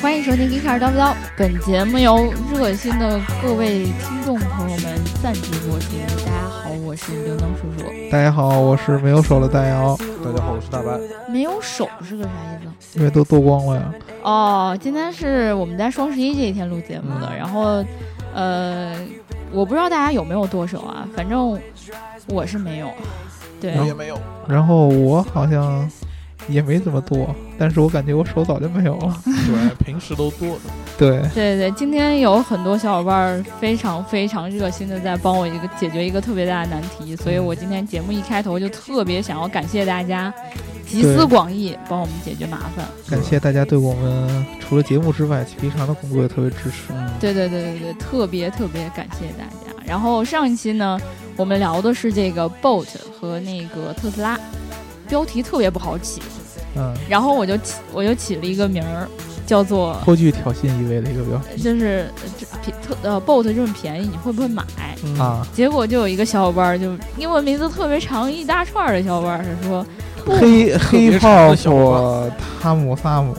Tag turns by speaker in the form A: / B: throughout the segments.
A: 欢迎 g 卡尔叨不叨？
B: 本节目由热心的各位听众朋友们赞助播出。大家好，我是刘能叔叔。
C: 大家好，我是没有手的大姚，
D: 大家好，我是大白。
B: 没有手是个啥意思？
C: 因为都剁光了呀。
B: 哦，今天是我们在双十一这一天录节目的，然后，呃，我不知道大家有没有剁手啊，反正我是没有。对，
C: 我也
D: 没有，
C: 然后我好像也没怎么剁，但是我感觉我手早就没有 了。
D: 对，平时都多着。
C: 对，
B: 对对，今天有很多小伙伴儿非常非常热心的在帮我一个解决一个特别大的难题，所以我今天节目一开头就特别想要感谢大家集思广益，帮我们解决麻烦。
C: 感谢大家对我们除了节目之外，平常的工作也特别支持。
D: 嗯
B: 对对对对对，特别特别感谢大家。然后上一期呢，我们聊的是这个 Boat 和那个特斯拉，标题特别不好起，
C: 嗯，
B: 然后我就起我就起了一个名儿，叫做
C: 颇具挑衅意味的一个标
B: 就是呃这便特呃 Boat 这么便宜，你会不会买？
D: 嗯，
C: 啊，
B: 结果就有一个小伙伴儿，就英文名字特别长一大串儿的小伙伴儿，他说
C: 黑黑
D: 别长
C: 泡
D: 的小
C: 火汤姆萨姆，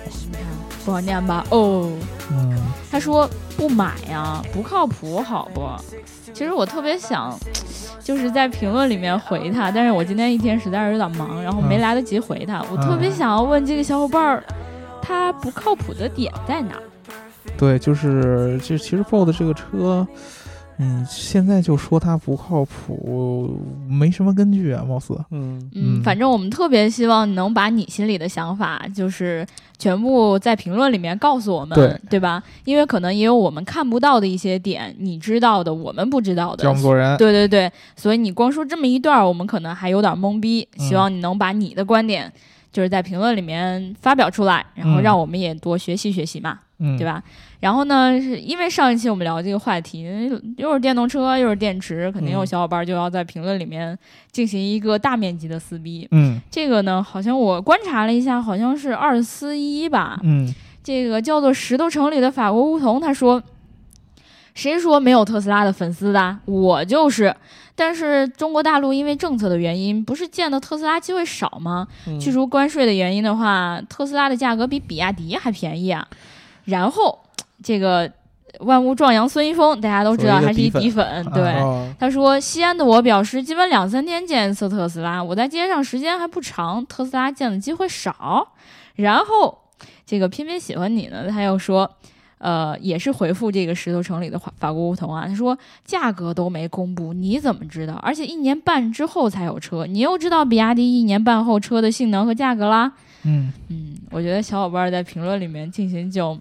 B: 不好念吧？哦，
C: 嗯，
B: 他说不买呀、不靠谱，好不？其实我特别想，就是在评论里面回他，但是我今天一天实在是有点忙，然后没
C: 嗯
B: 来得及回他。我特
C: 嗯
B: 别想要问这个小伙伴儿，他不靠谱的点在哪儿？
C: 对，就是这其实 BOSS 这个车。嗯，现在就说它不靠谱，没什么根据啊，貌似。
D: 嗯，
B: 嗯，
C: 嗯
B: 反正我们特别希望你能把你心里的想法，就是全部在评论里面告诉我们，
C: 对
B: 吧？因为可能也有我们看不到的一些点，你知道的，我们不知道的
C: 教我。们做人。
B: 对对对，所以你光说这么一段儿，我们可能还有点懵逼。
C: 嗯
B: 希望你能把你的观点，就是在评论里面发表出来，然后
C: 嗯
B: 让我们也多学习学习嘛。
C: 嗯，
B: 对？吧？然后呢，是因为上一期我们聊这个话题，又是电动车，又是电池，肯定有
C: 嗯
B: 小伙伴就要在评论里面进行一个大面积的撕逼。
C: 嗯
B: 这个呢，好像我观察了一下，好像是二四一吧，
C: 嗯
B: 这个叫做石头城里的法国梧桐，他说。谁说没有特斯拉的粉丝的？我就是。但是中国大陆因为政策的原因，不是见到特斯拉机会少吗？
D: 嗯
B: 去除关税的原因的话，特斯拉的价格比比亚迪还便宜啊。然后这个万物壮阳孙一峰，大家都知道他是一
C: 作为
B: 底
C: 一
B: 粉，
C: 粉
B: 对。
D: 啊，
B: 他说：“西安的我表示，基本两三天见一次特斯拉，我在街上时间还不长，特斯拉见的机会少。然后这个偏偏喜欢你呢，他又说，呃，也是回复这个石头城里的法法国梧桐啊，他说价格都没公布，你怎么知道？而且一年半之后才有车，你又知道比亚迪一年半后车的性能和价格啦？
C: 嗯，
B: 嗯，我觉得小伙伴在评论里面进行这种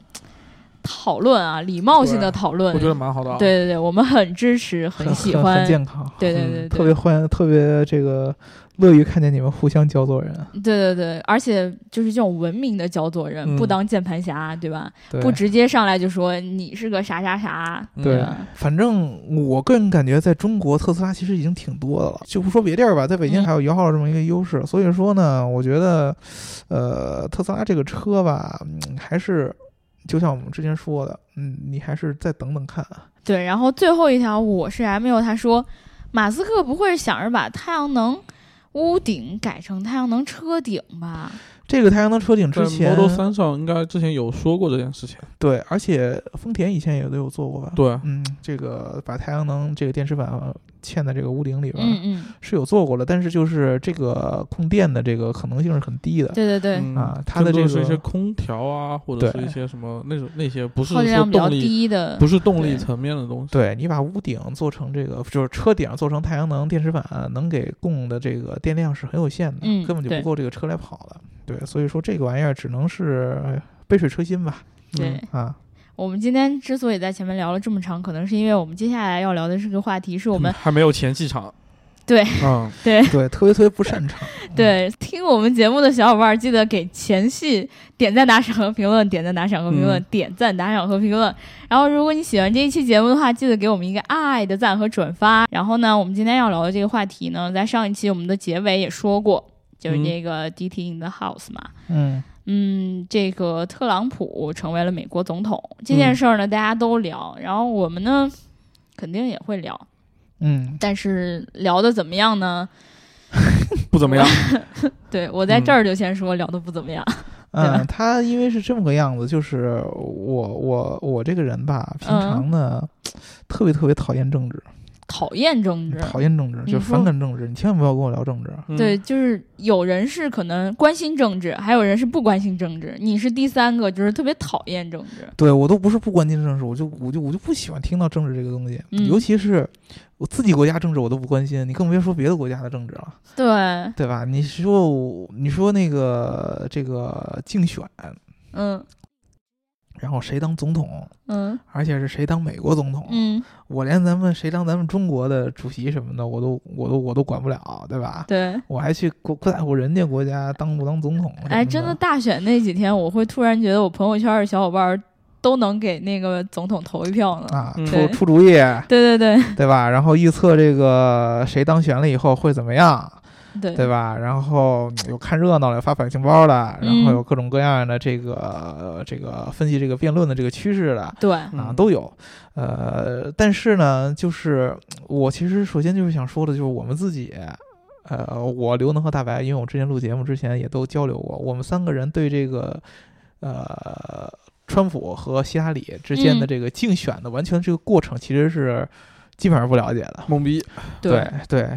B: 讨论啊，礼貌性的讨论
D: 我，觉得蛮好的啊。
B: 对对对，我们很支持，很喜欢
C: 很。”健康，
B: 对对
D: 嗯
B: 对对，
C: 特别欢迎，特别这个乐于看见你们互相教做人，
B: 对对对，而且就是这种文明的教做人，
D: 嗯
B: 不当键盘侠，对吧？
C: 对
B: 不直接上来就说你是个啥啥啥，
D: 嗯
C: 对
B: 吧？
C: 反正我个人感觉，在中国特斯拉其实已经挺多的了，就不说别地儿吧，在北京
B: 嗯
C: 还有摇号这么一个优势。所以说呢，我觉得，呃，特斯拉这个车吧，嗯还是就像我们之前说的，嗯，你还是再等等看。啊
B: 对。然后最后一条，我是 M U，他说马斯克不会想着把太阳能屋顶改成太阳能车顶吧？
C: 这个太阳能车顶
D: 在
C: 之前，
D: Model 三上应该之前有说过这件事情。
C: 对，而且丰田以前也都有做过吧？
D: 对，
C: 嗯，这个把太阳能这个电池板嵌在这个屋顶里边儿，
B: 嗯嗯，
C: 是有做过了，但是就是这个供电的这个可能性是很低的。
B: 对对对，
D: 嗯
C: 啊它的
D: 更多
C: 这
D: 是一
C: 个
D: 些空调啊，或者
C: 对
D: 是一些什么那种那些不是
B: 耗电
D: 说
B: 量比较
D: 动力，
B: 低的
D: 不，是动
B: 对
D: 力层面的东西。
C: 对你把屋顶做成这个，就是车顶做成太阳能电池板，能给供的这个电量是很有限的，
B: 嗯
C: 根本就
B: 对
C: 不够这个车来跑的。对，所以说这个玩意儿只能是杯水车薪吧。
B: 对。
D: 嗯
C: 啊，
B: 我们今天之所以在前面聊了这么长，可能是因为我们接下来要聊的是个话题，是我们
D: 嗯还没有前气场。
B: 对
D: 嗯，
B: 对
C: 对，特别特别不擅长。
B: 对，听我们节目的小伙伴，记得给前戏点赞、打赏和评论，点赞、打赏和评论，
D: 嗯
B: 点赞、打赏和评论。然后，如果你喜欢这一期节目的话，记得给我们一个爱的赞和转发。然后呢，我们今天要聊的这个话题呢，在上一期我们的结尾也说过，就是
D: 嗯
B: 这个 DT in the house 嘛。
C: 嗯，
B: 嗯，这个特朗普成为了美国总统这件事儿呢，大家都聊，然后我们呢肯定也会聊，
C: 嗯，
B: 但是聊的怎么样呢？
D: 不怎么样。
B: 对我在这儿就先说聊的不怎么样。对吧
C: 嗯，他因为是这么个样子，就是我我我这个人吧，平
B: 嗯
C: 常呢，特别特别讨厌政治，
B: 讨厌政治，
C: 讨厌政治，
B: 你
C: 就
B: 说
C: 反感政治。你千万不要跟我聊政治，
D: 嗯
B: 对，，就是有人是可能关心政治，还有人是不关心政治。你是第三个，就是特别讨厌政治。
C: 对我都不是不关心政治，我就我就我就不喜欢听到政治这个东西，
B: 嗯
C: 尤其是我自己国家政治我都不关心，你更别说别的国家的政治了，
B: 对，
C: 对吧？你说我你说那个这个竞选，
B: 嗯
C: 然后谁当总统，
B: 嗯
C: 而且是谁当美国总统，
B: 嗯，
C: 我连咱们谁当咱们中国的主席什么的，我都我都我都管不了，对吧？
B: 对。
C: 我还去不不在乎人家国家当不当总统什么，
B: 哎，真的
C: 的
B: 大选那几天，我会突然觉得我朋友圈的小伙伴儿都能给那个总统投一票呢。
C: 啊，
D: 嗯
C: 出
B: 对
C: 出主意，
B: 对对对
C: 对吧？然后预测这个谁当选了以后会怎么样，
B: 对
C: 对吧？然后嗯有看热闹的，有发表情包的，然后
B: 嗯
C: 有各种各样的这个、呃这个分析这个辩论的这个趋势的
B: 对，
C: 啊，
D: 嗯
C: 都有。呃，但是呢，就是我其实首先就是想说的，就是我们自己。呃，我刘能和大白，因为我之前录节目之前也都交流过，我们三个人对这个，呃，川普和希拉里之间
B: 嗯
C: 的这个竞选的完全这个过程，其实是基本上不了解的。
D: 懵逼，
C: 对对，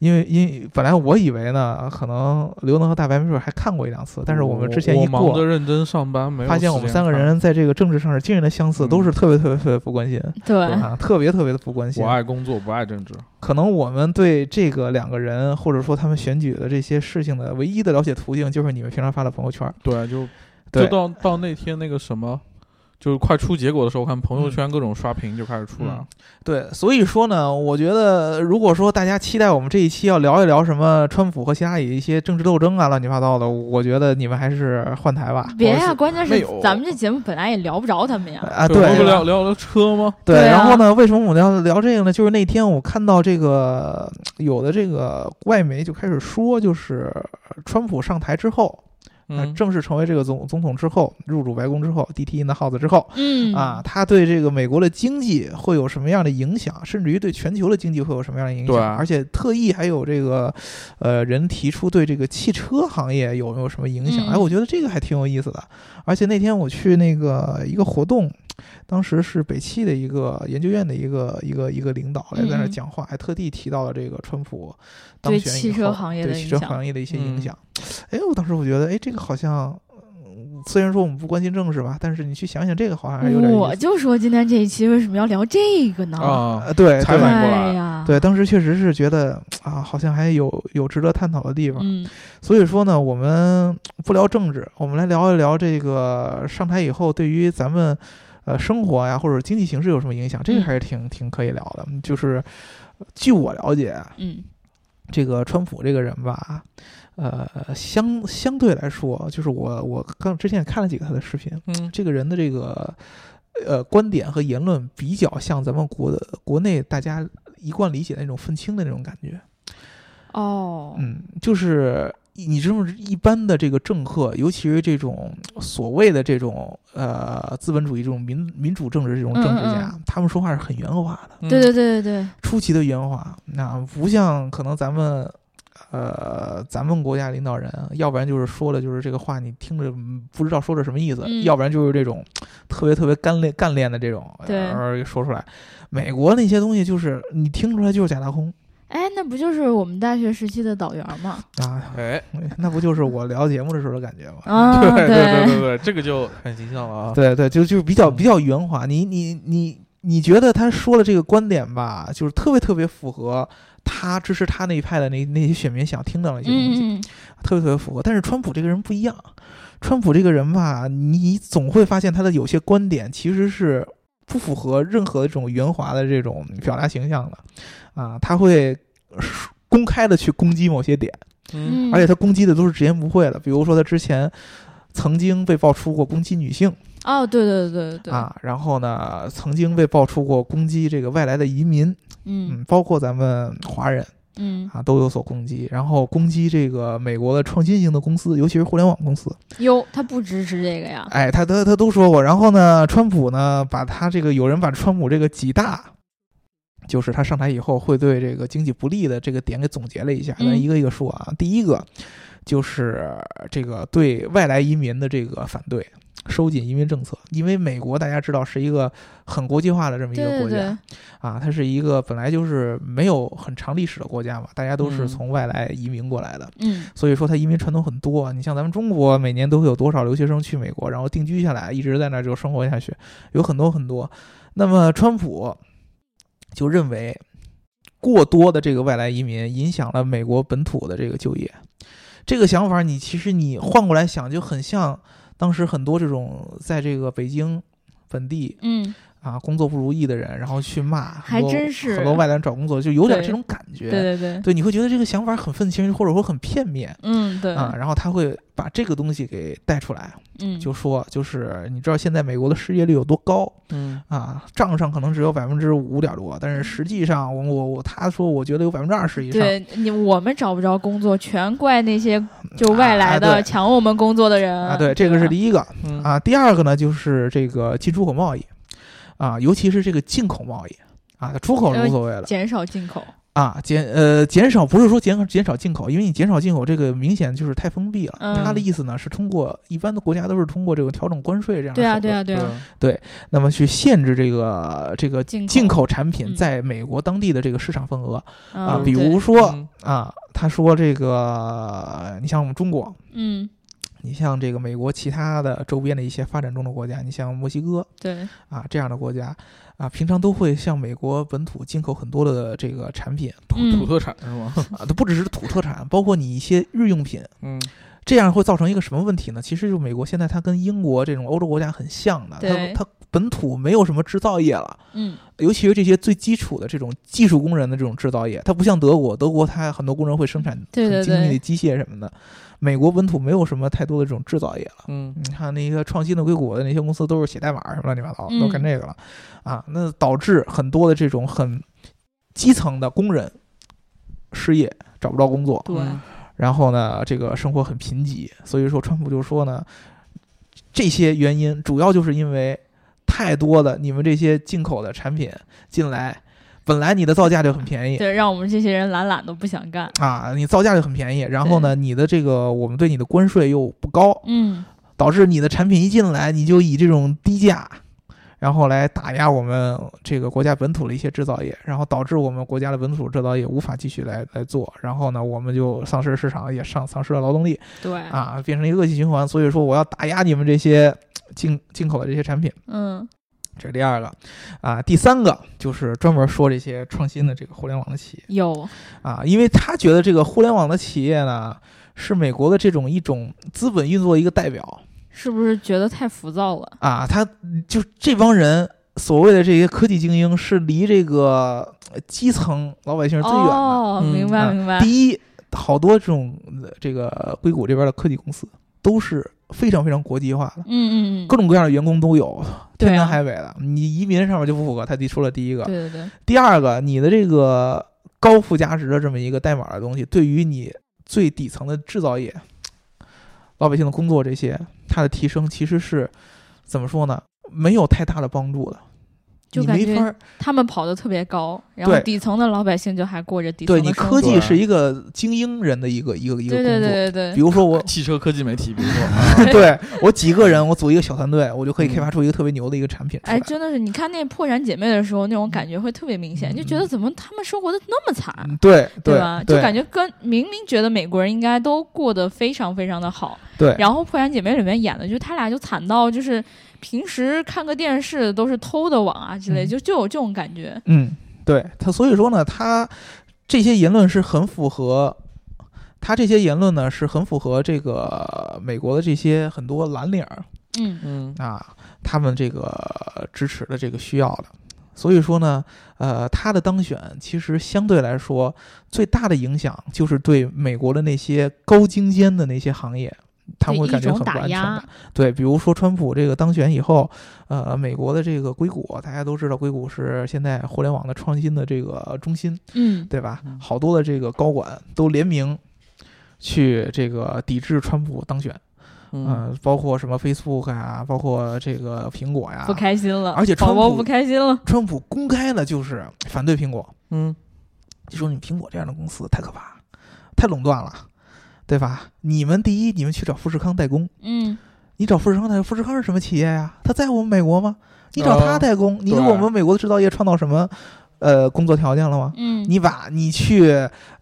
C: 因为因本来我以为呢，可能刘能和大白没准还看过一两次，但是我们之前
D: 我
C: 一
D: 忙着
C: 过，
D: 认真上班，没有
C: 发现我们
D: 时间
C: 三个
D: 看
C: 人在这个政治上是惊人的相似，都
D: 嗯
C: 是特别特别特别不关心
B: 对
C: 啊，特别特别的不关心
D: 我。爱工作，不爱政治。
C: 可能我们对这个两个人或者说他们选举的这些事情的唯一的了解途径，就是你们平常发的朋友圈儿。
D: 对，就就
C: 对
D: 到到那天那个什么，就是快出结果的时候，我看朋友圈各种刷屏就开始出来了。
C: 对，所以说呢，我觉得如果说大家期待我们这一期要聊一聊什么川普和希拉里一些政治斗争啊，乱七八糟的，我觉得你们还是换台吧。
B: 别
D: 我
B: 呀、
D: 是
B: 关键
D: 没
B: 是
D: 有
B: 咱们这节目本来也聊不着他们呀。
C: 啊，
D: 对，我们不
C: 对，
D: 聊聊聊车吗？
C: 对，
B: 对啊
C: 然后呢，为什么我们要聊这个呢？就是那天我看到这个呃有的这个外媒就开始说，就是川普上台之后，呃
D: 嗯，
C: 正式成为这个总总统之后，入主白宫之后，DT E in the house 之后。
B: 嗯
C: 啊，，他对这个美国的经济会有什么样的影响，甚至于对全球的经济会有什么样的影响？
D: 对啊
C: 而且特意还有这个，呃，人提出对这个汽车行业有没有什么影响？
B: 嗯
C: 哎，我觉得这个还挺有意思的。而且那天我去那个一个活动，当时是北汽的一个研究院的一个一个一个领导来在
B: 嗯
C: 那儿
B: 嗯
C: 讲话，还特地提到了这个川普当
B: 对
C: 选以
B: 汽车
C: 后
B: 行业
C: 对
B: 的
C: 汽
B: 影
C: 车
B: 响
C: 行业的一些影
D: 嗯
C: 响。哎，我当时我觉得，哎，这个好像。嗯虽然说我们不关心政治吧，但是你去想想这个好像还有点意思。
B: 我就说今天这一期为什么要聊这个呢？
D: 啊
C: 呃，，对，
D: 采
C: 对
D: 访过来
B: 哎呀，
C: 对，当时确实是觉得啊，好像还有有值得探讨的地方。
B: 嗯，
C: 所以说呢，我们不聊政治，我们来聊一聊这个上台以后对于咱们呃生活呀或者经济形势有什么影响，这个
B: 嗯
C: 还是挺挺可以聊的。就是呃据我了解，
B: 嗯
C: 这个川普这个人吧，呃，相相对来说，就是我我刚之前也看了几个他的视频，
D: 嗯，
C: 这个人的这个呃观点和言论比较像咱们国的国内大家一贯理解的那种愤青的那种感觉。
B: 哦，
C: 嗯，就是你知不知一般的这个政客，尤其是这种所谓的这种呃资本主义这种民民主政治这种政治家，
B: 嗯
C: 他们说话是很圆滑
D: 嗯
C: 的，
B: 对对对对对，
C: 出奇的圆滑。那不像可能咱们。呃，咱们国家领导人，啊要不然就是说的，就是这个话你听着嗯不知道说着什么意思，
B: 嗯
C: 要不然就是这种特别特别干练干练的这种，
B: 对
C: 呃说出来。美国那些东西就是你听出来就是假大空
B: 哎，那不就是我们大学时期的导员 吗？
C: 啊，
D: 哎，
C: 那不就是我聊节目的时候的感觉吗？
B: 啊，
D: 对对对对，这个就很形象了啊。
C: 对对，就就比较
D: 嗯
C: 比较圆滑。你你你你觉得他说的这个观点吧，就是特别特别符合他支持他那一派的那那些选民想听到的一些东西，
B: 嗯嗯，
C: 特别特别符合。但是川普这个人不一样，川普这个人吧，你总会发现他的有些观点其实是不符合任何这种圆滑的这种表达形象的，啊，他会公开的去攻击某些点。
D: 嗯，
B: 嗯
C: 而且他攻击的都是直言不讳的，比如说他之前曾经被爆出过攻击女性
B: 哦，对对对对对，
C: 啊，然后呢，曾经被爆出过攻击这个外来的移民，
B: 嗯
C: 嗯，包括咱们华人
B: 嗯，
C: 啊都有所攻击，然后攻击这个美国的创新型的公司，尤其是互联网公司，
B: 哟，他不支持这个呀？
C: 哎，他他他都说过。然后呢，川普呢，把他这个有人把川普这个几大就是他上台以后会对这个经济不利的这个点给总结了一下，咱
B: 嗯
C: 一个一个说啊。第一个就是这个对外来移民的这个反对。收紧移民政策，因为美国大家知道是一个很国际化的这么一
B: 对
C: 个
B: 对
C: 国家
B: 对，
C: 啊，它是一个本来就是没有很长历史的国家嘛，大家都是
D: 嗯
C: 从外来移民过来的，
B: 嗯
C: 所以说它移民传统很多。啊你像咱们中国，每年都会有多少留学生去美国，然后定居下来，一直在那儿就生活下去，有很多很多。那么川普就认为，过多的这个外来移民影响了美国本土的这个就业。这个想法，你其实你换过来想，就很像当时很多这种在这个北京本地
B: 嗯，
C: 啊工作不如意的人，然后去骂，很
B: 还
C: 多
B: 真是
C: 很多外来人找工作，就有点
B: 对
C: 这种感觉。
B: 对对对，
C: 对你会觉得这个想法很愤青，或者说很片面。
B: 嗯对，
C: 啊，然后他会把这个东西给带出来，
B: 嗯
C: 就说就是你知道现在美国的失业率有多高
D: 嗯，
C: 啊，账上可能只有百分之五点多，但是实际上我我我他说我觉得有百分之二十以上，
B: 嗯对你，我们找不着工作，全怪那些就外来
C: 啊
B: 的
C: 对
B: 抢我们工作的人
C: 啊，对，这个是
B: 吧
C: 第一个
D: 嗯，
C: 啊，第二个呢就是这个进出口贸易啊，尤其是这个进口贸易啊，出口是无所谓了
B: 呃减少进口。
C: 啊，减呃减少不是说减减少进口，因为你减少进口这个明显就是太封闭了，
B: 嗯
C: 他的意思呢是通过一般的国家都是通过这个调整关税这样的
B: 对啊，
C: 手段
B: 对啊，对啊，
C: 那么去限制这个这个
B: 进口
C: 进口产品
B: 嗯
C: 在美国当地的这个市场份额、啊
B: 嗯，
C: 比
B: 对
C: 如说
D: 嗯
C: 啊，他说这个，你像我们中国，
B: 嗯，
C: 你像这个美国其他的周边的一些发展中的国家，你像墨西哥
B: 对，
C: 啊这样的国家啊，平常都会向美国本土进口很多的这个产品
B: 嗯
D: 土特产是吗？
C: 啊，都不只是土特产，包括你一些日用品。
D: 嗯，
C: 这样会造成一个什么问题呢？其实就美国现在它跟英国这种欧洲国家很像的，
B: 对
C: 它它本土没有什么制造业了，
B: 嗯
C: 尤其是这些最基础的这种技术工人的这种制造业，它不像德国，德国它很多工人会生产
B: 对对
C: 很精密
B: 对
C: 的机械什么的。美国本土没有什么太多的这种制造业了。
D: 嗯
C: 你看那个创新的硅谷的那些公司都是写代码什么乱七八糟，
B: 嗯
C: 都干这个了，啊，那导致很多的这种很基层的工人失业，找不着工作，
B: 对，
D: 嗯
C: 然后呢，这个生活很贫瘠，所以说川普就说呢，这些原因主要就是因为太多的你们这些进口的产品进来，本来你的造价就很便宜
B: 对，让我们这些人懒懒都不想干。
C: 啊，你造价就很便宜，然后呢，你的这个我们对你的关税又不高，
B: 嗯，
C: 导致你的产品一进来你就以这种低价。然后来打压我们这个国家本土的一些制造业，然后导致我们国家的本土制造业无法继续来来做，然后呢，我们就丧失市场，也丧丧失了劳动力，
B: 对，
C: 啊，变成一个恶性循环。所以说，我要打压你们这些进进口的这些产品，
B: 嗯
C: 这是第二个啊。第三个就是专门说这些创新的这个互联网的企业
B: 有，
C: 啊，因为他觉得这个互联网的企业呢，是美国的这种一种资本运作一个代表
B: 是不是觉得太浮躁了？
C: 啊，他就这帮人。所谓的这些科技精英是离这个呃基层老百姓是最远的。
B: 哦，
D: 嗯，
B: 明白
C: 啊
B: 明白。
C: 第一，好多这种呃这个硅谷这边的科技公司都是非常非常国际化的，
B: 嗯嗯嗯，
C: 各种各样的员工都有，
B: 对
C: 天南
B: 啊，
C: 海北的。你移民上面就不符合，他提出了第一个，
B: 对对对，
C: 第二个，你的这个高附加值的这么一个代码的东西，对于你最底层的制造业、老百姓的工作这些，它的提升其实是怎么说呢？没有太大的帮助的。
B: 就
C: 你
B: 感
C: 没
B: 觉
C: 法儿
B: 他们跑得特别高，然后
C: 对
B: 底层的老百姓就还过着底层
C: 对
B: 的
C: 你
B: 生
C: 科
B: 活。
C: 技是一个精英人的一个一个一个
B: 对对
C: 工作，
B: 对对
C: 比
B: 对，
C: 如说我
D: 汽车科技媒体，比如 说，啊
C: 对我 几个人，我组一个小团队，我就可以
D: 嗯
C: 开发出一个特别牛的一个产品出来。
B: 哎，真的是，你看那《破产姐妹》的时候，那种感觉会特别明显，
C: 嗯
B: 就觉得怎么他们生活的那么惨。
C: 嗯对对
B: 吧？就感觉跟明明觉得美国人应该都过得非常非常的好，
C: 对
B: 然后《破产姐妹》里面演的，就他俩就惨到就是平时看个电视都是偷的网啊之类，
C: 嗯
B: 就就有这种感觉。
C: 嗯，对他，所以说呢，他这些言论是很符合，他这些言论呢是很符合这个美国的这些很多蓝领儿
B: 嗯
D: 嗯
C: 啊，他们这个呃支持的这个需要的。所以说呢，呃，他的当选其实相对来说最大的影响就是对美国的那些高精尖的那些行业，他们会
B: 对
C: 感
B: 一
C: 觉
B: 种
C: 很不
B: 打
C: 安全
B: 压
C: 的。对，比如说川普这个当选以后，呃，美国的这个硅谷，大家都知道，硅谷是现在互联网的创新的这个中心，
B: 嗯，
C: 对吧
D: 嗯？
C: 好多的这个高管都联名去这个抵制川普当选。
D: 嗯，
C: 嗯，包括什么 Facebook 啊，包括这个苹果呀、
B: 不开心了，
C: 啊而且
B: 宝
C: 川
B: 宝
C: 普
B: 不开心了，
C: 川普公开了就是反对苹果，
D: 嗯，
C: 就说你苹果这样的公司太可怕，太垄断了，对吧？你们第一，你们去找富士康代工，
B: 嗯，
C: 你找富士康代工，富士康是什么企业呀、他在我们美国吗？你找他
D: 呃
C: 代工，你给
D: 对
C: 我们美国的制造业创造什么呃工作条件了吗？
B: 嗯，
C: 你把你去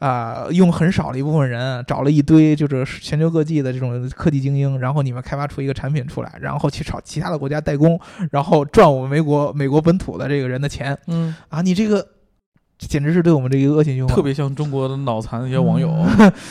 C: 啊、呃用很少的一部分人找了一堆就是全球各地的这种科技精英，然后你们开发出一个产品出来，然后去找其他的国家代工，然后赚我们美国美国本土的这个人的钱
D: 嗯，
C: 啊！你这个简直是对我们这个恶性循环，
D: 特别像中国的脑残那些网友，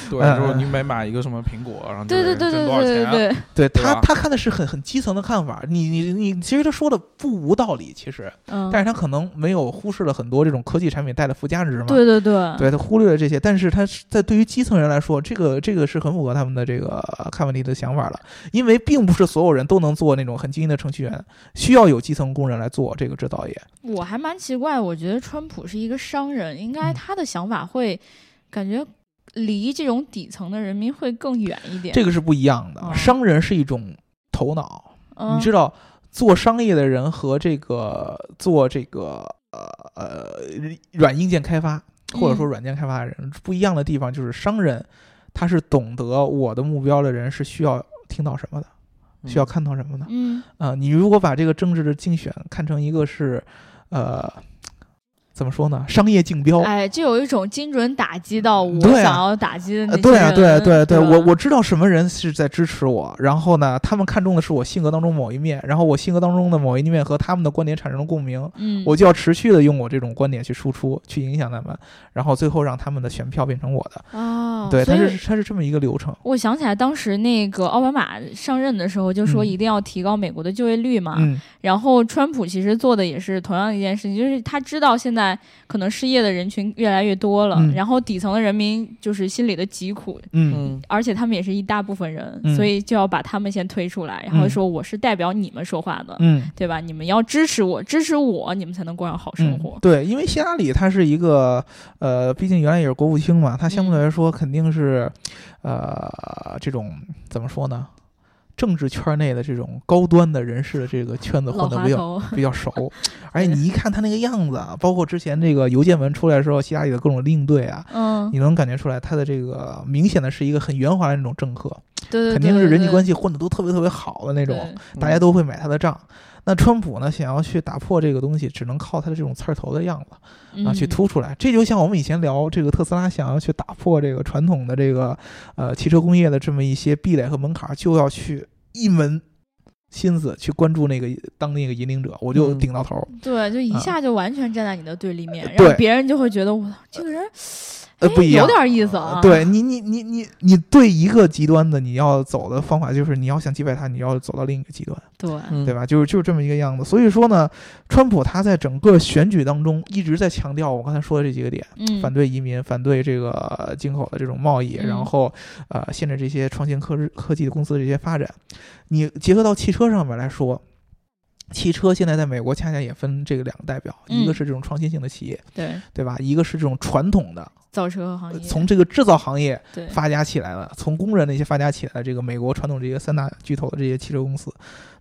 D: 对，
C: 嗯
D: 就是你每买一个什么苹果，然后就
B: 对对
D: 是
B: 对
D: 挣
B: 对
D: 多少
B: 对
D: 钱，啊
B: 对对，
C: 对
D: 对
C: 他
D: 吧
C: 他看的是很很基层的看法，你你你，其实他说的不无道理，其实，
B: 嗯，
C: 但是他可能没有忽视了很多这种科技产品带来的附加值嘛。
B: 对对对，
C: 对他忽略了这些，但是他是在对于基层人来说，这个这个是很符合他们的这个呃看问题的想法了，因为并不是所有人都能做那种很精英的程序员，需要有基层工人来做这个制造业。
B: 我还蛮奇怪，我觉得川普是一个商人，应该
C: 嗯
B: 他的想法会感觉离这种底层的人民会更远一点。
C: 这个是不一样
B: 哦
C: 的，商人是一种头脑，
B: 嗯
C: 你知道，做商业的人和这个做这个呃呃软硬件开发或者说
B: 嗯
C: 软件开发的人、不一样的地方，就是商人他是懂得我的目标的人是需要听到什么的，
D: 嗯
C: 需要看到什么的。
B: 嗯
C: 啊、你如果把这个政治的竞选看成一个是，呃，怎么说呢，商业竞标。
B: 哎，就有一种精准打击到我
C: 哦对啊
B: 想要打击的那
C: 呃，
B: 些人。
C: 对啊，对啊对啊对
B: 对
C: 啊，
B: 吧
C: 我我知道什么人是在支持我，然后呢，他们看中的是我性格当中某一面，然后我性格当中的某一面和他们的观点产生了共鸣，
B: 嗯，
C: 我就要持续的用我这种观点去输出，去影响他们，然后最后让他们的选票变成我的。
B: 哦，
C: 对，
B: 所
C: 它
B: 以
C: 是它是这么一个流程。
B: 我想起来当时那个奥巴马上任的时候，就说
C: 嗯
B: 一定要提高美国的就业率嘛。
C: 嗯，
B: 然后川普其实做的也是同样一件事情，就是他知道现在可能失业的人群越来越多了，
C: 嗯
B: 然后底层的人民就是心里的疾苦，
C: 嗯
D: 嗯，
B: 而且他们也是一大部分人，
C: 嗯
B: 所以就要把他们先推出来，然后说我是代表你们说话的，
C: 嗯
B: 对吧？你们要支持我，支持我，你们才能过上好生活
C: 嗯。。对，因为希拉里他是一个呃，毕竟原来也是国务卿嘛，他相
B: 嗯
C: 对来说肯定是、呃这种怎么说呢？政治圈内的这种高端的人士的这个圈子
B: 老
C: 混得
B: 滑
C: 比较
B: 头，
C: 比较熟，而且你一看他那个样子，啊，包括之前这个邮件文出来的时候，希拉里的各种应对啊，
B: 嗯，
C: 你能感觉出来他的这个明显的是一个很圆滑的那种政客，
B: 对对对，
C: 肯定是人际关
B: 系
C: 系混得都特别特别好的那种，
D: 嗯
C: 大家都会买他的账。那川普呢，想要去打破这个东西，只能靠他的这种刺儿头的样子
B: 嗯
C: 啊去突出来。这就像我们以前聊这个特斯拉想要去打破这个传统的这个呃汽车工业的这么一些壁垒和门槛，就要去一门心思去关注那个当那个引领者，我就
D: 嗯
C: 顶到头。
B: 对，就一
C: 啊
B: 下就完全站在你的对立面，
C: 呃
B: 然后
C: 对
B: 别人就会觉得我操这个人
C: 呃，
B: 哎
C: 不一样，
B: 有点意思啊。
C: 对你，你，你，你，你对一个极端的你要走的方法就是你要想击败他，你要走到另一个极端。
B: 对，
D: 嗯
C: 对吧？就是就是这么一个样子。所以说呢，川普他在整个选举当中一直在强调我刚才说的这几个点：
B: 嗯，
C: 反对移民，反对这个呃进口的这种贸易，
B: 嗯
C: 然后呃限制这些创新科日科技公司的这些发展。你结合到汽车上面来说。汽车现在在美国恰恰也分这个两个代表，
B: 嗯
C: 一个是这种创新性的企业，
B: 对
C: 对吧？一个是这种传统的，
B: 造车行
C: 呃
B: 业
C: 从这个制造行业
B: 对
C: 发家起来了，从工人那些发家起来的这个美国传统这些三大巨头的这些汽车公司，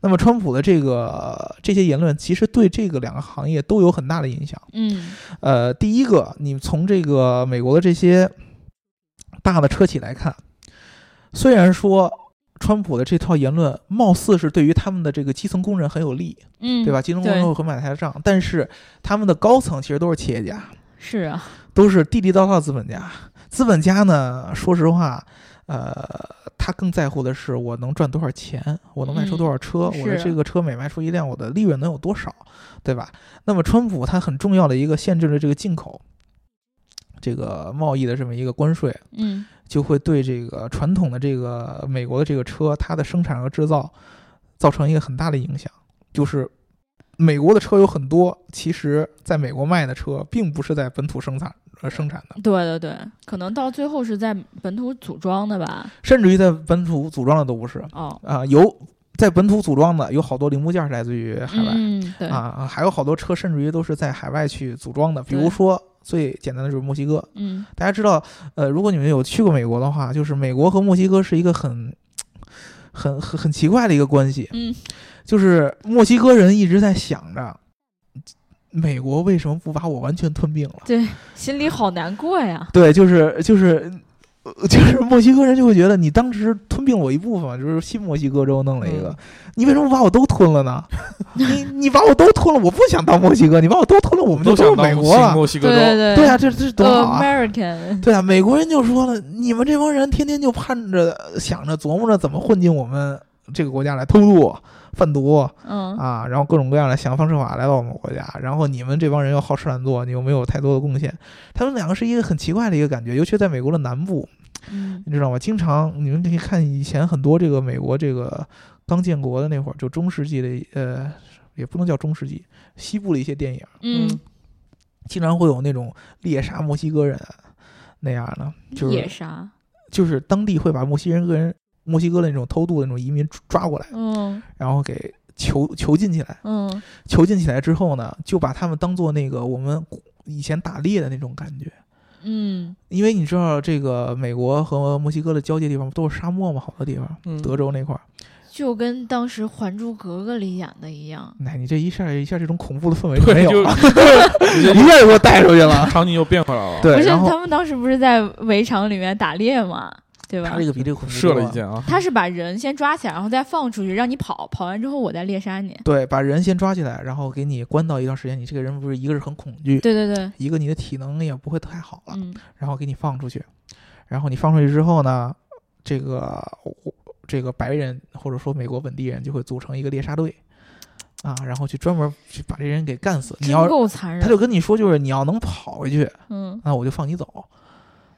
C: 那么川普的这个呃这些言论，其实对这个两个行业都有很大的影响。
B: 嗯
C: 呃，第一个，你从这个美国的这些大的车企来看，虽然说川普的这套言论貌似是对于他们的这个基层工人很有利，
B: 嗯，
C: 对吧？基层工
B: 对
C: 人会买他的账，但是他们的高层其实都是企业家，
B: 是啊，
C: 都是地地道道的资本家。资本家呢，说实话，呃，他更在乎的是我能赚多少钱，我能卖出多少车，
B: 嗯
C: 我的
B: 是
C: 这个车每卖出一辆，我的利润能有多少，对吧？那么，川普他很重要的一个限制了这个进口、这个贸易的这么一个关税，
B: 嗯
C: 就会对这个传统的这个美国的这个车，它的生产和制造造成一个很大的影响，就是。美国的车有很多，其实在美国卖的车并不是在本土生产呃生产的，
B: 对对对，可能到最后是在本土组装的吧。
C: 甚至于在本土组装的都不是
B: 哦，
C: 啊、有在本土组装的有好多零部件是来自于海外、
B: 嗯对
C: 啊，啊还有好多车甚至于都是在海外去组装的，比如
B: 对
C: 说。最简单的就是墨西哥，
B: 嗯
C: 大家知道，呃，如果你们有去过美国的话，就是美国和墨西哥是一个很很很很奇怪的一个关系，
B: 嗯，
C: 就是墨西哥人一直在想着，美国为什么不把我完全吞并了？
B: 心里好难过呀。
C: 对，就是就是。呃就是墨西哥人就会觉得你当时吞并了我一部分嘛，就是新墨西哥州弄了一个，
D: 嗯
C: 你为什么把我都吞了呢？你你把我都吞了，我不想当墨西哥，你把我都吞了，我们就都
D: 都
C: 是
D: 想到
C: 美国
D: 新
C: 了。
D: 墨西哥
B: 对
D: 州，
B: 对呃
C: 对啊，这这多好啊！
B: ，American，
C: 对啊，美国人就说了，你们这帮人天天就盼着、想着、琢磨着怎么混进我们这个国家来偷渡、贩毒
B: 嗯，
C: 啊，然后各种各样的想方设法来到我们国家，然后你们这帮人又好吃懒做，你又没有太多的贡献，他们两个是一个很奇怪的一个感觉，尤其在美国的南部，
B: 嗯
C: 你知道吗？经常你们可以看以前很多这个美国这个刚建国的那会儿，就中世纪的呃，也不能叫中世纪，西部的一些电影。
B: 嗯，
C: 经常会有那种猎杀墨西哥人啊那样的，就
B: 野
C: 是
B: 啥？
C: 就是当地会把墨西哥人、墨西哥的那种偷渡的那种移民抓抓过来，
B: 嗯
C: 然后给囚囚禁起来。
B: 嗯
C: 囚禁起来之后呢，就把他们当做那个我们以前打猎的那种感觉。
B: 嗯
C: 因为你知道，这个美国和墨西哥的交界地方都是沙漠嘛，好多地方，
D: 嗯
C: 德州那块儿。
B: 就跟当时《还珠格格》里演的一样。
C: 哎，你这一下一下这种恐怖的氛围就
D: 对
C: 没有 啊
D: 就
C: 了，一下就给我带出去了。
D: 场景又变回来了。，啊
B: 不
C: 对，
B: 是
C: 然后
B: 他们当时不是在围场里面打猎嘛，对吧
C: 他？这个比这个恐怖
D: 射
C: 多
D: 了一箭啊，
B: 他是把人先抓起来，然后再放出去，让你跑，跑完之后我再猎杀你。
C: 对，把人先抓起来，然后给你关到一段时间，你这个人不是一个是很恐惧，
B: 对对对，
C: 一个你的体能也不会太好了，
B: 嗯
C: 然后给你放出去，然后你放出去之后呢，这个我这个白人或者说美国本地人就会组成一个猎杀队啊，然后去专门去把这人给干死。你
B: 真
C: 要
B: 够残忍。
C: 他就跟你说，就是你要能跑回去，
B: 嗯
C: 那我就放你走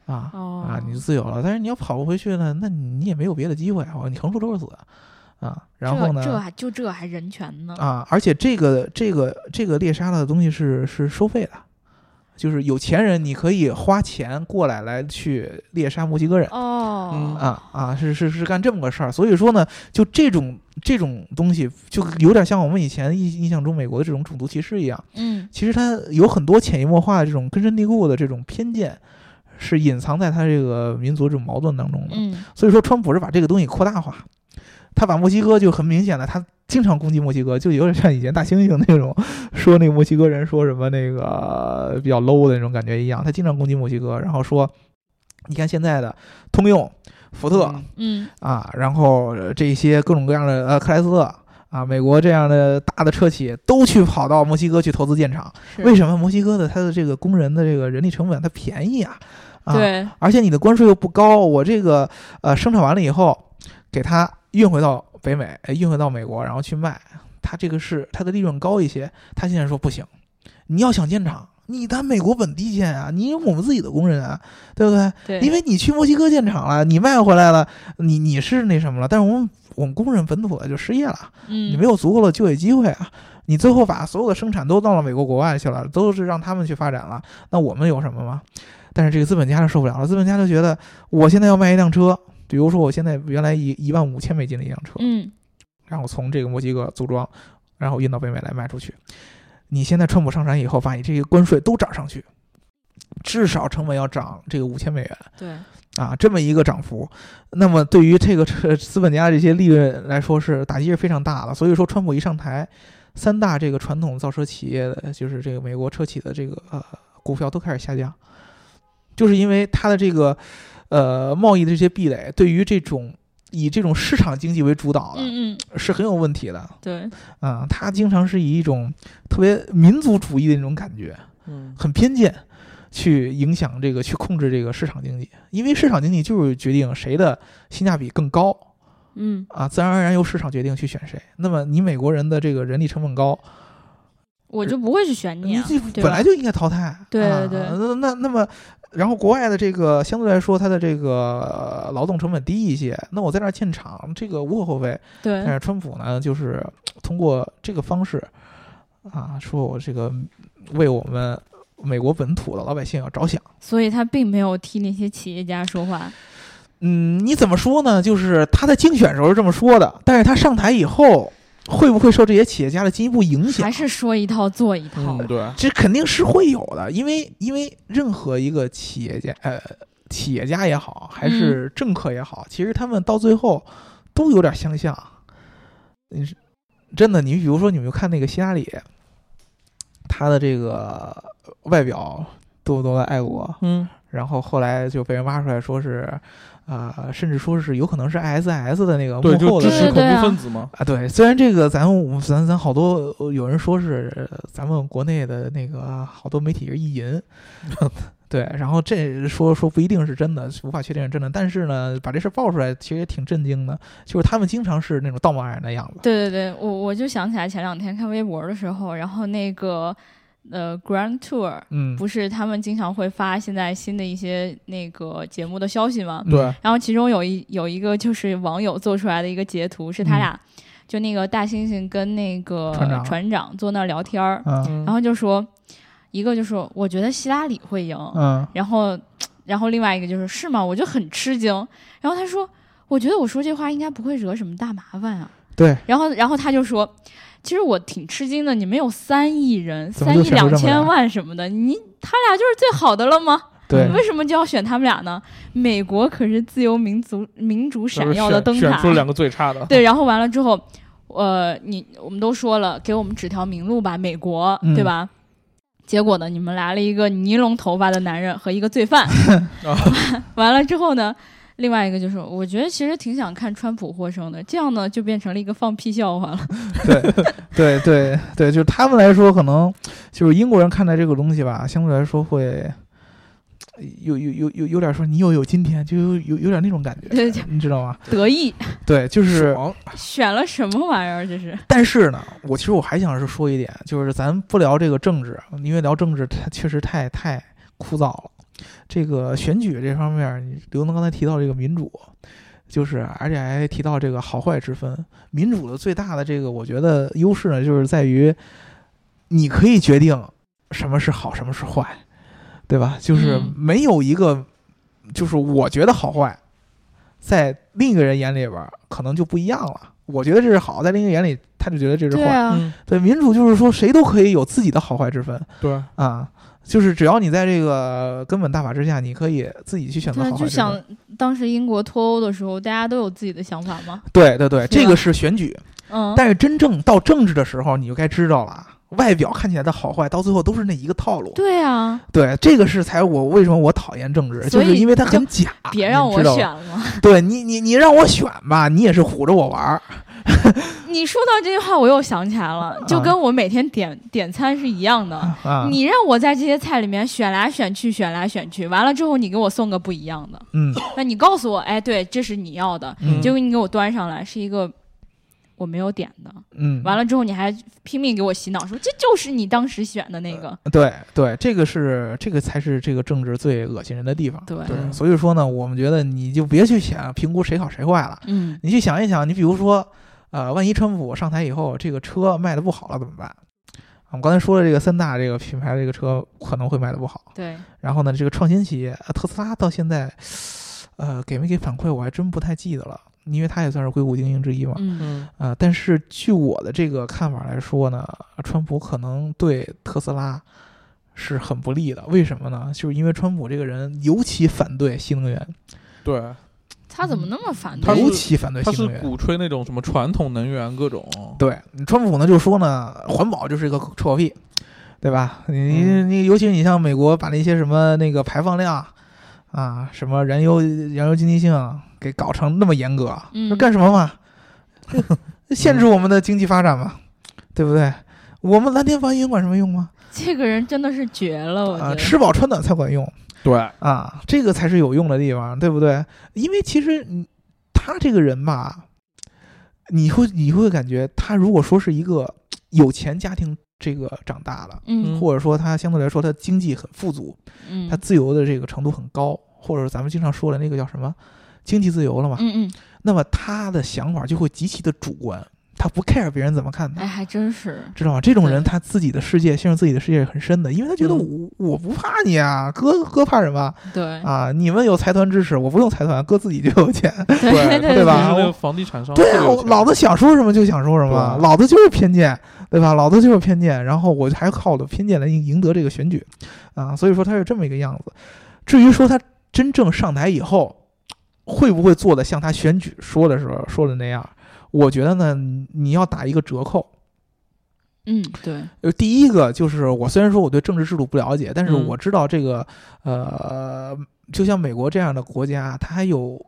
C: 啊。
B: 哦
C: 啊，你就自由了。但是你要跑不回去呢，那你也没有别的机会啊，你横竖都是死啊。然后呢，
B: 这这还就这还人权呢？
C: 啊，而且这个这个这个猎杀的东西是是收费的，就是有钱人你可以花钱过来来去猎杀墨西哥人。
B: 哦
D: 嗯，
C: 啊啊，是是是干这么个事儿，所以说呢，就这种这种东西，就有点像我们以前印印象中美国的这种种族歧视一样。
B: 嗯
C: 其实它有很多潜移默化的这种根深蒂固的这种偏见，是隐藏在它这个民族这种矛盾当中的。
B: 嗯
C: 所以说，川普是把这个东西扩大化，他把墨西哥就很明显的，他经常攻击墨西哥，就有点像以前大猩猩那种说那个墨西哥人说什么那个呃比较 low 的那种感觉一样，他经常攻击墨西哥，然后说，你看现在的通用、福特
D: 嗯
B: 嗯
C: 啊，然后呃这些各种各样的呃克莱斯勒。啊，美国这样的大的车企都去跑到墨西哥去投资建厂，
B: 是
C: 为什么？墨西哥的它的这个工人的这个人力成本它便宜啊，啊，
B: 对
C: 而且你的关税又不高，我这个呃生产完了以后，给它运回到北美，呃运回到美国，然后去卖，它这个是它的利润高一些。他现在说不行，你要想建厂，你在美国本地建啊，你有我们自己的工人啊，对不对？
B: 对，
C: 因为你去墨西哥建厂了，你卖回来了，你你是那什么了，但是我们我们工人本土的就失业了。
B: 嗯
C: 你没有足够的就业机会啊。你最后把所有的生产都到了美国国外去了，都是让他们去发展了，那我们有什么吗？但是这个资本家就受不了了，资本家就觉得我现在要卖一辆车，比如说我现在原来一一万五千美金的一辆车，
B: 嗯
C: 然后从这个墨西哥组装，然后运到北美来卖出去。你现在川普上场以后，把你这些关税都涨上去，至少成本要涨这个五千美元。
B: 对
C: 啊，这么一个涨幅，那么对于这个车资本家这些利润来说是打击是非常大的。所以说，川普一上台，三大这个传统造车企业的，就是这个美国车企的这个呃股票都开始下降，就是因为它的这个呃贸易的这些壁垒，对于这种以这种市场经济为主导的、
B: 嗯嗯
C: 是很有问题的
B: 对
C: 啊。它经常是以一种特别民族主义的那种感觉，
D: 嗯，
C: 很偏见，去影响这个去控制这个市场经济，因为市场经济就是决定谁的性价比更高
B: 嗯
C: 啊，自然而然由市场决定去选谁。那么你美国人的这个人力成本高，
B: 我就不会去选你
C: 你
B: 啊，
C: 这
B: 对
C: 本来
B: 吧
C: 就应该淘汰。
B: 对
C: 啊
B: 对
C: 那那那么，然后国外的这个相对来说它的这个呃劳动成本低一些，那我在这儿建厂，这个无可厚非。
B: 对
C: 但是川普呢，就是通过这个方式啊，说我这个为我们美国本土的老百姓要着想。
B: 所以他并没有替那些企业家说话。
C: 嗯，你怎么说呢？就是他在竞选时候是这么说的，但是他上台以后，会不会受这些企业家的进一步影响
B: 还？是说一套做一套。
D: 嗯对，
C: 这肯定是会有的，因为因为任何一个企业家，呃，企业家也好，还是政客也好，其实他们到最后都有点相像。你是真的，你比如说，你们看那个希拉里，他的这个外表多么多么爱国，
D: 嗯，
C: 然后后来就被人挖出来说是，啊、甚至说是有可能是 ISIS 的那个
D: 对，
C: 幕
D: 就
C: 后的
D: 支
B: 对
D: 持
C: 那
D: 恐
C: 个
B: 对
D: 怖
B: 啊
D: 分子嘛，
C: 啊，对，虽然这个咱们咱咱好多呃有人说是呃咱们国内的那个好多媒体是意 淫， 对，然后这说说不一定是真的，无法确定是真的，但是呢，把这事儿爆出来其实也挺震惊的，就是他们经常是那种道貌岸然的样子，
B: 对对对，我我就想起来前两天看微博的时候，然后那个呃 Grand Tour
C: 嗯，
B: 不是他们经常会发现在新的一些那个节目的消息吗？
C: 对，
B: 然后其中有一有一个就是网友做出来的一个截图，是他俩、就那个大猩猩跟那个
C: 嗯船长
B: 船长坐那儿聊天儿，
C: 嗯
D: 嗯
B: 然后就说一个就说我觉得希拉里会赢，
C: 嗯
B: 然后然后另外一个就是是吗？我就很吃惊，然后他说我觉得我说这话应该不会惹什么大麻烦啊，
C: 对，
B: 然后然后他就说。其实我挺吃惊的，你们有三亿人，
C: 怎么
B: 三
C: 就
B: 亿
C: 选出
B: 两
C: 这么俩
B: 千万什么的，你他俩就是最好的了吗？
C: 对，
B: 为什么就要选他们俩呢？美国可是自由民族民主闪耀的灯
D: 选
B: 塔
D: 出，了两个最差 的，
B: 对，然后完了之后，呃，你我们都说了，给我们指条明路吧，美国，
C: 嗯
B: 对吧？结果呢，你们来了一个尼龙头发的男人和一个罪犯， 完了之后呢，另外一个就是，我觉得其实挺想看川普获胜的，这样呢就变成了一个放屁笑话了。
C: 对对对对，就是他们来说，可能就是英国人看待这个东西吧，相对来说会有有有有有点说你又有今天，就有有有点那种感觉，
B: 对对
C: 你知道吗？
B: 得 意
C: 对，就是，
D: 爽
B: 选了什么玩意儿？这是
C: 但是呢，我其实我还想是说一点，就是咱不聊这个政治，啊因为聊政治它确实太太枯燥了。这个选举这方面，你刘能刚才提到这个民主，就是而且还提到这个好坏之分。民主的最大的这个，我觉得优势呢，就是在于你可以决定什么是好，什么是坏，对吧？就是
B: 嗯
C: 没有一个，就是我觉得好坏，在另一个人眼里边儿可能就不一样了。我觉得这是好，在另一个眼里他就觉得这是坏。
B: 啊，
D: 嗯，
C: 对，民主就是说谁都可以有自己的好坏之分
D: 对，
C: 啊，就是只要你在这个根本大法之下，你可以自己去选择
B: 对
C: 好，坏
B: 就
C: 之分。
B: 想当时英国脱欧的时候，大家都有自己的想法嘛。
C: 对对对，
B: 是
C: 这
B: 吧
C: 个是选举，
B: 嗯，
C: 但是真正到政治的时候，你就该知道了。外表看起来的好坏，到最后都是那一个套路。
B: 对啊，
C: 对，这个是才我为什么我讨厌政治，就
B: 所以
C: 是因为它
B: 就
C: 很假。
B: 别让
C: 你
B: 我
C: 知道
B: 选
C: 吧。
B: 了。
C: 对你，你你让我选吧，你也是唬着我玩儿。
B: 你说到这句话，我又想起来了，就
C: 啊
B: 跟我每天点点餐是一样的。
C: 啊，
B: 你让我在这些菜里面选来选去，选来选去，完了之后你给我送个不一样的，
C: 嗯
B: 那你告诉我，哎，对，这是你要的，
C: 嗯
B: 结果你给我端上来是一个我没有点的，
C: 嗯，
B: 完了之后你还拼命给我洗脑说这就是你当时选的那个，
C: 对对，这个是这个才是这个政治最恶心人的地方。
B: 对
C: 对，所以说呢，我们觉得你就别去想评估谁好谁坏了，
B: 嗯，
C: 你去想一想，你比如说，呃，万一川普上台以后，这个车卖的不好了怎么办？我们刚才说了，这个三大这个品牌这个车可能会卖的不好。
B: 对，
C: 然后呢，这个创新企业呃特斯拉到现在，呃，给没给反馈我还真不太记得了，因为它也算是硅谷精英之一嘛。
B: 嗯，
D: 嗯，
C: 呃，但是据我的这个看法来说呢，川普可能对特斯拉是很不利的。为什么呢？就是因为川普这个人尤其反对新能源，
D: 对，
B: 他怎么那么反
D: 他是
C: 尤
B: 对？
C: 其反对
D: 他
C: 新
D: 是
C: 能源。
D: 鼓吹那种什么传统能源各种，
C: 对，川普呢就说呢，环保就是一个臭屁，对吧？你、
D: 嗯
C: 你尤其你像美国把那些什么那个排放量啊，什么燃油燃油经济性给搞成那么严格，
B: 嗯
C: 那干什么嘛？这 限制我们的经济发展嘛，对不对？我们蓝天白云管什么用啊吗？
B: 这个人真的是绝了，我
C: 啊，
B: 觉得。
C: 吃饱穿暖才管用
D: 对，
C: 啊，这个才是有用的地方，对不对？因为其实你他这个人吧，你会你会感觉他如果说是一个有钱家庭这个长大的，
B: 嗯
D: 嗯
C: 或者说他相对来说他经济很富足，
B: 嗯
C: 他自由的这个程度很高，或者咱们经常说的那个叫什么经济自由了嘛，
B: 嗯嗯，
C: 那么他的想法就会极其的主观，他不 care 别人怎么看他
B: 哎，。还真是。
C: 知道吗？这种人
B: 对
C: 他自己的世界，陷入自己的世界是很深的，因为他觉得我我不怕你啊，哥哥怕什么
B: 对
C: 啊？你们有财团支持，我不用财团，哥自己就有钱，
B: 对
D: 对
B: 对
C: 对吧
D: 就是那
C: 我
D: 个房地产 商
C: 对
D: 特
C: 啊，
D: 别有
C: 我
D: 钱
C: 老子想说什么就想说什
D: 对啊
C: 么，老子就是偏见，对吧？老子就是偏见，然后我还靠我的偏见来赢赢得这个选举，啊，所以说他是这么一个样子。至于说他真正上台以后，会不会做的像他选举说的时候说的那样？我觉得呢，你要打一个折扣。
B: 嗯，对，
C: 呃，第一个就是我虽然说我对政治制度不了解，但是
D: 嗯
C: 我知道这个，呃，就像美国这样的国家，它还有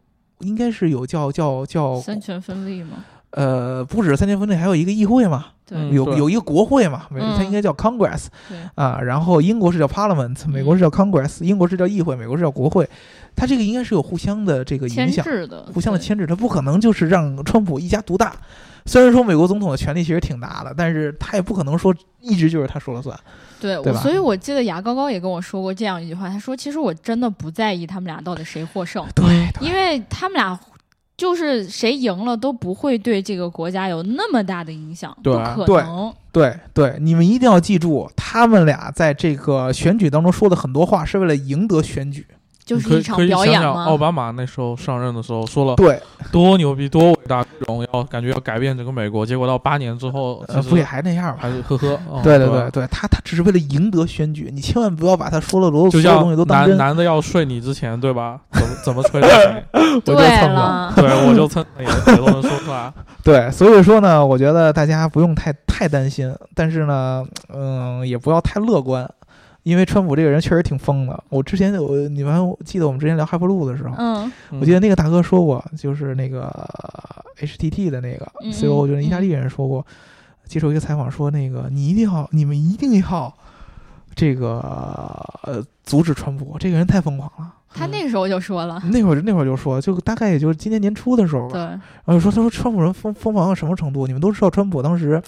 C: 应该是有叫叫叫
B: 三权分立嘛，
C: 呃，不止三权分立，还有一个议会嘛，
B: 对，
D: 嗯
C: 有
D: 对
C: 有一个国会嘛，美
B: 嗯
C: 它应该叫 Congress
B: 对嗯
C: 啊，然后英国是叫 Parliament，美国是叫 Congress，英国是叫议会，美国是叫国会，它这个应该是有互相的这个
B: 牵
C: 影响，
B: 制的，
C: 互相的
B: 对
C: 牵制，它不可能就是让川普一家独大。虽然说美国总统的权力其实挺大的，但是他也不可能说一直就是他说了算。
B: 对，
C: 对
B: 我
C: 吧
B: 所以我记得牙膏膏也跟我说过这样一句话，他说：“其实我真的不在意他们俩到底谁获胜，
D: 嗯
C: 对，
B: 因为他们俩就是谁赢了都不会对这个国家有那么大的影响，
D: 对
B: 不可
C: 对
B: 能。
C: 对对，你们一定要记住，他们俩在这个选举当中说的很多话是为了赢得选举。
B: 就是
D: 可
B: 一
D: 以
B: 场
D: 可以
B: 表
D: 想
B: 演
D: 想
B: 嘛。
D: 奥巴马那时候上任的时候说了
C: 对，
D: 多牛逼、多伟大、荣耀，感觉要改变整个美国。结果到八年之后，
C: 呃，
D: 其实
C: 不也还那样吧？
D: 还是呵呵。嗯
C: 对
D: 对吧
C: 对对，他他只是为了赢得选举，你千万不要把他说了所有所
D: 就
C: 有东
D: 像
C: 西都当
D: 男
C: 真。
D: 男的要睡你之前，对吧？怎么怎么吹都行
C: 我就
B: 对
C: 蹭
B: 了，
C: 了。
D: 对我就蹭你，也都能说出来。
C: 对，所以说呢，我觉得大家不用太太担心，但是呢，嗯，也不要太乐观，因为川普这个人确实挺疯的。我之前我你们还记得我们之前聊 Hyperloop 的时候，
B: 嗯，
C: 我记得那个大哥说过，就是那个呃 HTT 的那个
B: 嗯嗯
C: E CEO，我觉得意大利人说过，接受一个采访说，那个你一定要，你们一定要这个呃阻止川普，这个人太疯狂了。
B: 他那时候就说了，
C: 那会儿就那会儿就说，就大概也就是今年年初的时候吧，
B: 对，
C: 然后说他说川普人疯疯狂到什么程度？你们都知道，川普当时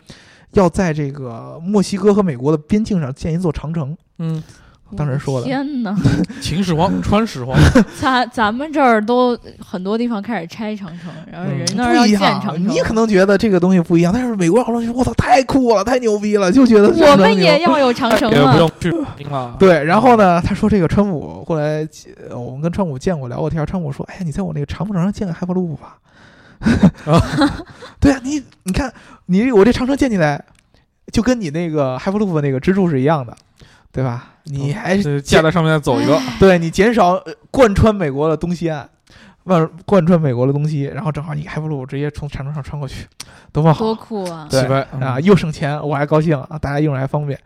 C: 要在这个墨西哥和美国的边境上建一座长城，
D: 嗯，
C: 当时说的
B: 天哪，
D: 秦 始皇、川始皇，
B: 咱咱们这儿都很多地方开始拆长城，然后人
D: 嗯
B: 那儿要
C: 不一
B: 建
C: 样
B: 长城，
C: 你可能觉得这个东西不一样，但是美国好多人说我操太酷了，太牛逼了，就觉得
B: 我
C: 长城
B: 们
C: 牛
B: 也要有长城啊
D: 也不
B: 了。
D: 用去拼了。
C: 对，然后呢，他说这个川普后来，呃我们跟川普见过聊过天，川普说，哎呀，你在我那个长城上建个 Hyperloop 吧。对啊，你你看，你我这长城建起来，就跟你那个 Hyperloop 那个支柱是一样的，对吧？你还是
D: 呃，架在上面再走一个，
C: 对你减少呃贯穿美国的东西岸，贯贯穿美国的东西，然后正好你 Hyperloop 直接从长城上穿过去，多么
B: 多
C: 好
B: 酷啊！
C: 对
D: 起飞
C: 啊！！又省钱，我还高兴啊，大家用着还方便，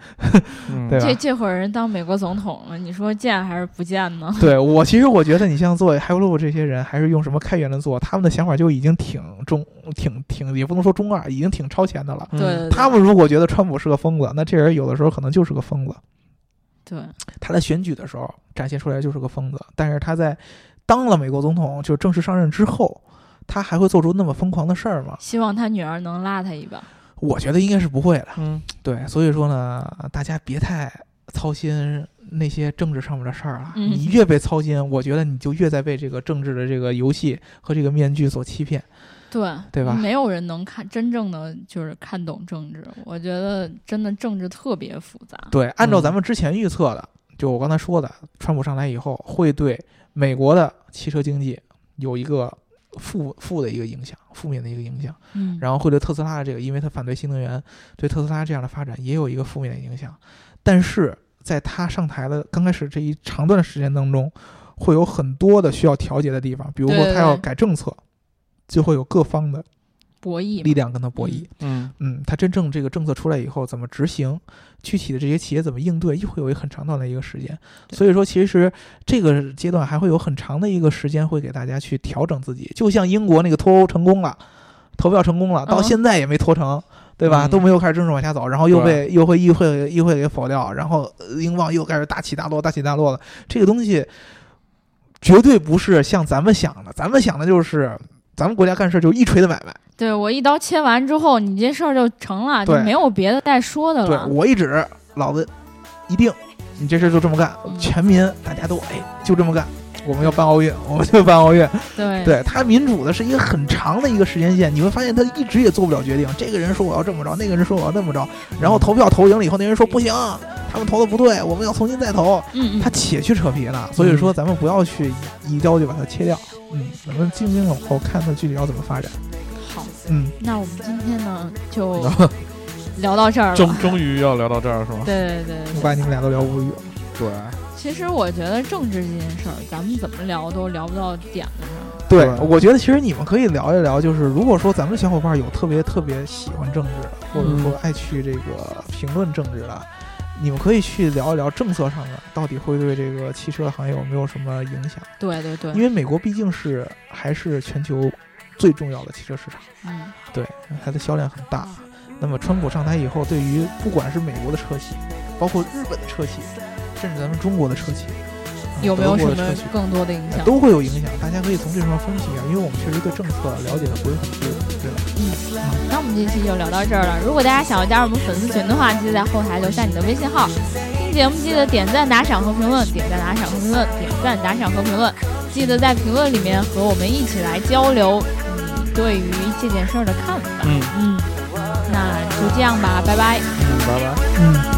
D: 嗯
C: 对吧
B: 这？这会儿人当美国总统了，你说见还是不见呢？
C: 对我，其实我觉得你像做 h y p e r l o 这些人，还是用什么开源的做，他们的想法就已经挺中、挺挺，也不能说中二，已经挺超前的了。
D: 嗯
B: 对，
C: 他们如果觉得川普是个疯子，那这人有的时候可能就是个疯子。
B: 对
C: 他在选举的时候展现出来就是个疯子，但是他在当了美国总统，就正式上任之后，他还会做出那么疯狂的事儿吗？
B: 希望他女儿能拉他一把。
C: 我觉得应该是不会的。
D: 嗯，
C: 对，所以说呢，大家别太操心那些政治上面的事儿了。啊
B: 嗯
C: 你越被操心，我觉得你就越在被这个政治的这个游戏和这个面具所欺骗。
B: 对
C: 对吧
B: 没有人能看真正的就是看懂政治，我觉得真的政治特别复杂。
C: 对，按照
D: 嗯
C: 咱们之前预测的，就我刚才说的，川普上来以后会对美国的汽车经济有一个负负的一个影响，负面的一个影响。
B: 嗯，
C: 然后会对特斯拉的这个，因为他反对新能源，对特斯拉这样的发展也有一个负面的影响。但是在他上台的刚开始这一长段时间当中，会有很多的需要调节的地方，比如说
B: 对对
C: 他要
B: 对
C: 改政策，就会有各方的
B: 博弈
C: 力
B: 嘛，
C: 量跟他博弈。
D: 嗯，
C: 嗯，他真正这个政策出来以后怎么执行，具体的这些企业怎么应对，又会有一个很长段的一个时间。
B: 对
C: 所以说，其实这个阶段还会有很长的一个时间会给大家去调整自己。就像英国那个脱欧成功了，投票成功了，到
B: 嗯
C: 现在也没脱成。对吧？
D: 嗯
C: 都没有开始正式往下走，然后又被又会议会议会给否掉，然后呃英镑又开始大起大落，大起大落了。这个东西绝对不是像咱们想的，咱们想的就是咱们国家干事就是一锤子买卖，
B: 对我一刀切完之后，你这事儿就成了，就
C: 对
B: 没有别的再说的
C: 对
B: 了。
C: 我一指，老子一定，你这事儿就这么干，
B: 嗯
C: 全民大家都哎就这么干，我们要办奥运，我们就办奥运。
B: 对
C: 对他民主的是一个很长的一个时间线，你会发现他一直也做不了决定。这个人说我要这么着，那个人说我要那么着，
B: 嗯
C: 然后投票投赢了以后，那人说不行，他们投的不对，我们要重新再投。
B: 嗯嗯嗯
C: 他，且去扯皮呢，所以说咱们不要去一刀就把它切掉，嗯，咱们静静往后看它具体要怎么发展，
B: 好，
C: 嗯。
B: 那我们今天呢 就聊到这儿
D: 终
B: 了。
D: 终于要聊到这儿是吗？
B: 对对对对
C: 我
B: 对，
C: 把你们俩都聊无语了。
D: 对，
B: 其实我觉得政治这件事儿，咱们怎么聊都聊不到点子上。
C: 对
D: 对，
C: 我觉得其实你们可以聊一聊，就是如果说咱们小伙伴有特别特别喜欢政治的，或者说爱去这个评论政治的，你们可以去聊一聊政策上的到底会对这个汽车行业有没有什么影响？
B: 对对对
C: 因，为美国毕竟是还是全球最重要的汽车市场，
B: 嗯
C: 对它的销量很大。那么川普上台以后，对于不管是美国的车企，包括日本的车企，甚至咱们中国的车企，啊
B: 有没有
C: 德
B: 什
C: 国
B: 么
C: 的车企
B: 更多的影响？
C: 都会有影响，大家可以从这方分析一下，因为我们确实对政策了解的不是很多，对吧？
B: 那我们这期就聊到这儿了。如果大家想要加入我们粉丝群的话，记得在后台留下你的微信号。听节目记得点赞、打赏和评论，点赞、打赏和评论，点赞、打赏和评论。记得在评论里面和我们一起来交流你对于这件事儿的看法。
D: 嗯，
B: 嗯，那就这样吧，拜拜。
D: 嗯拜拜。
C: 嗯。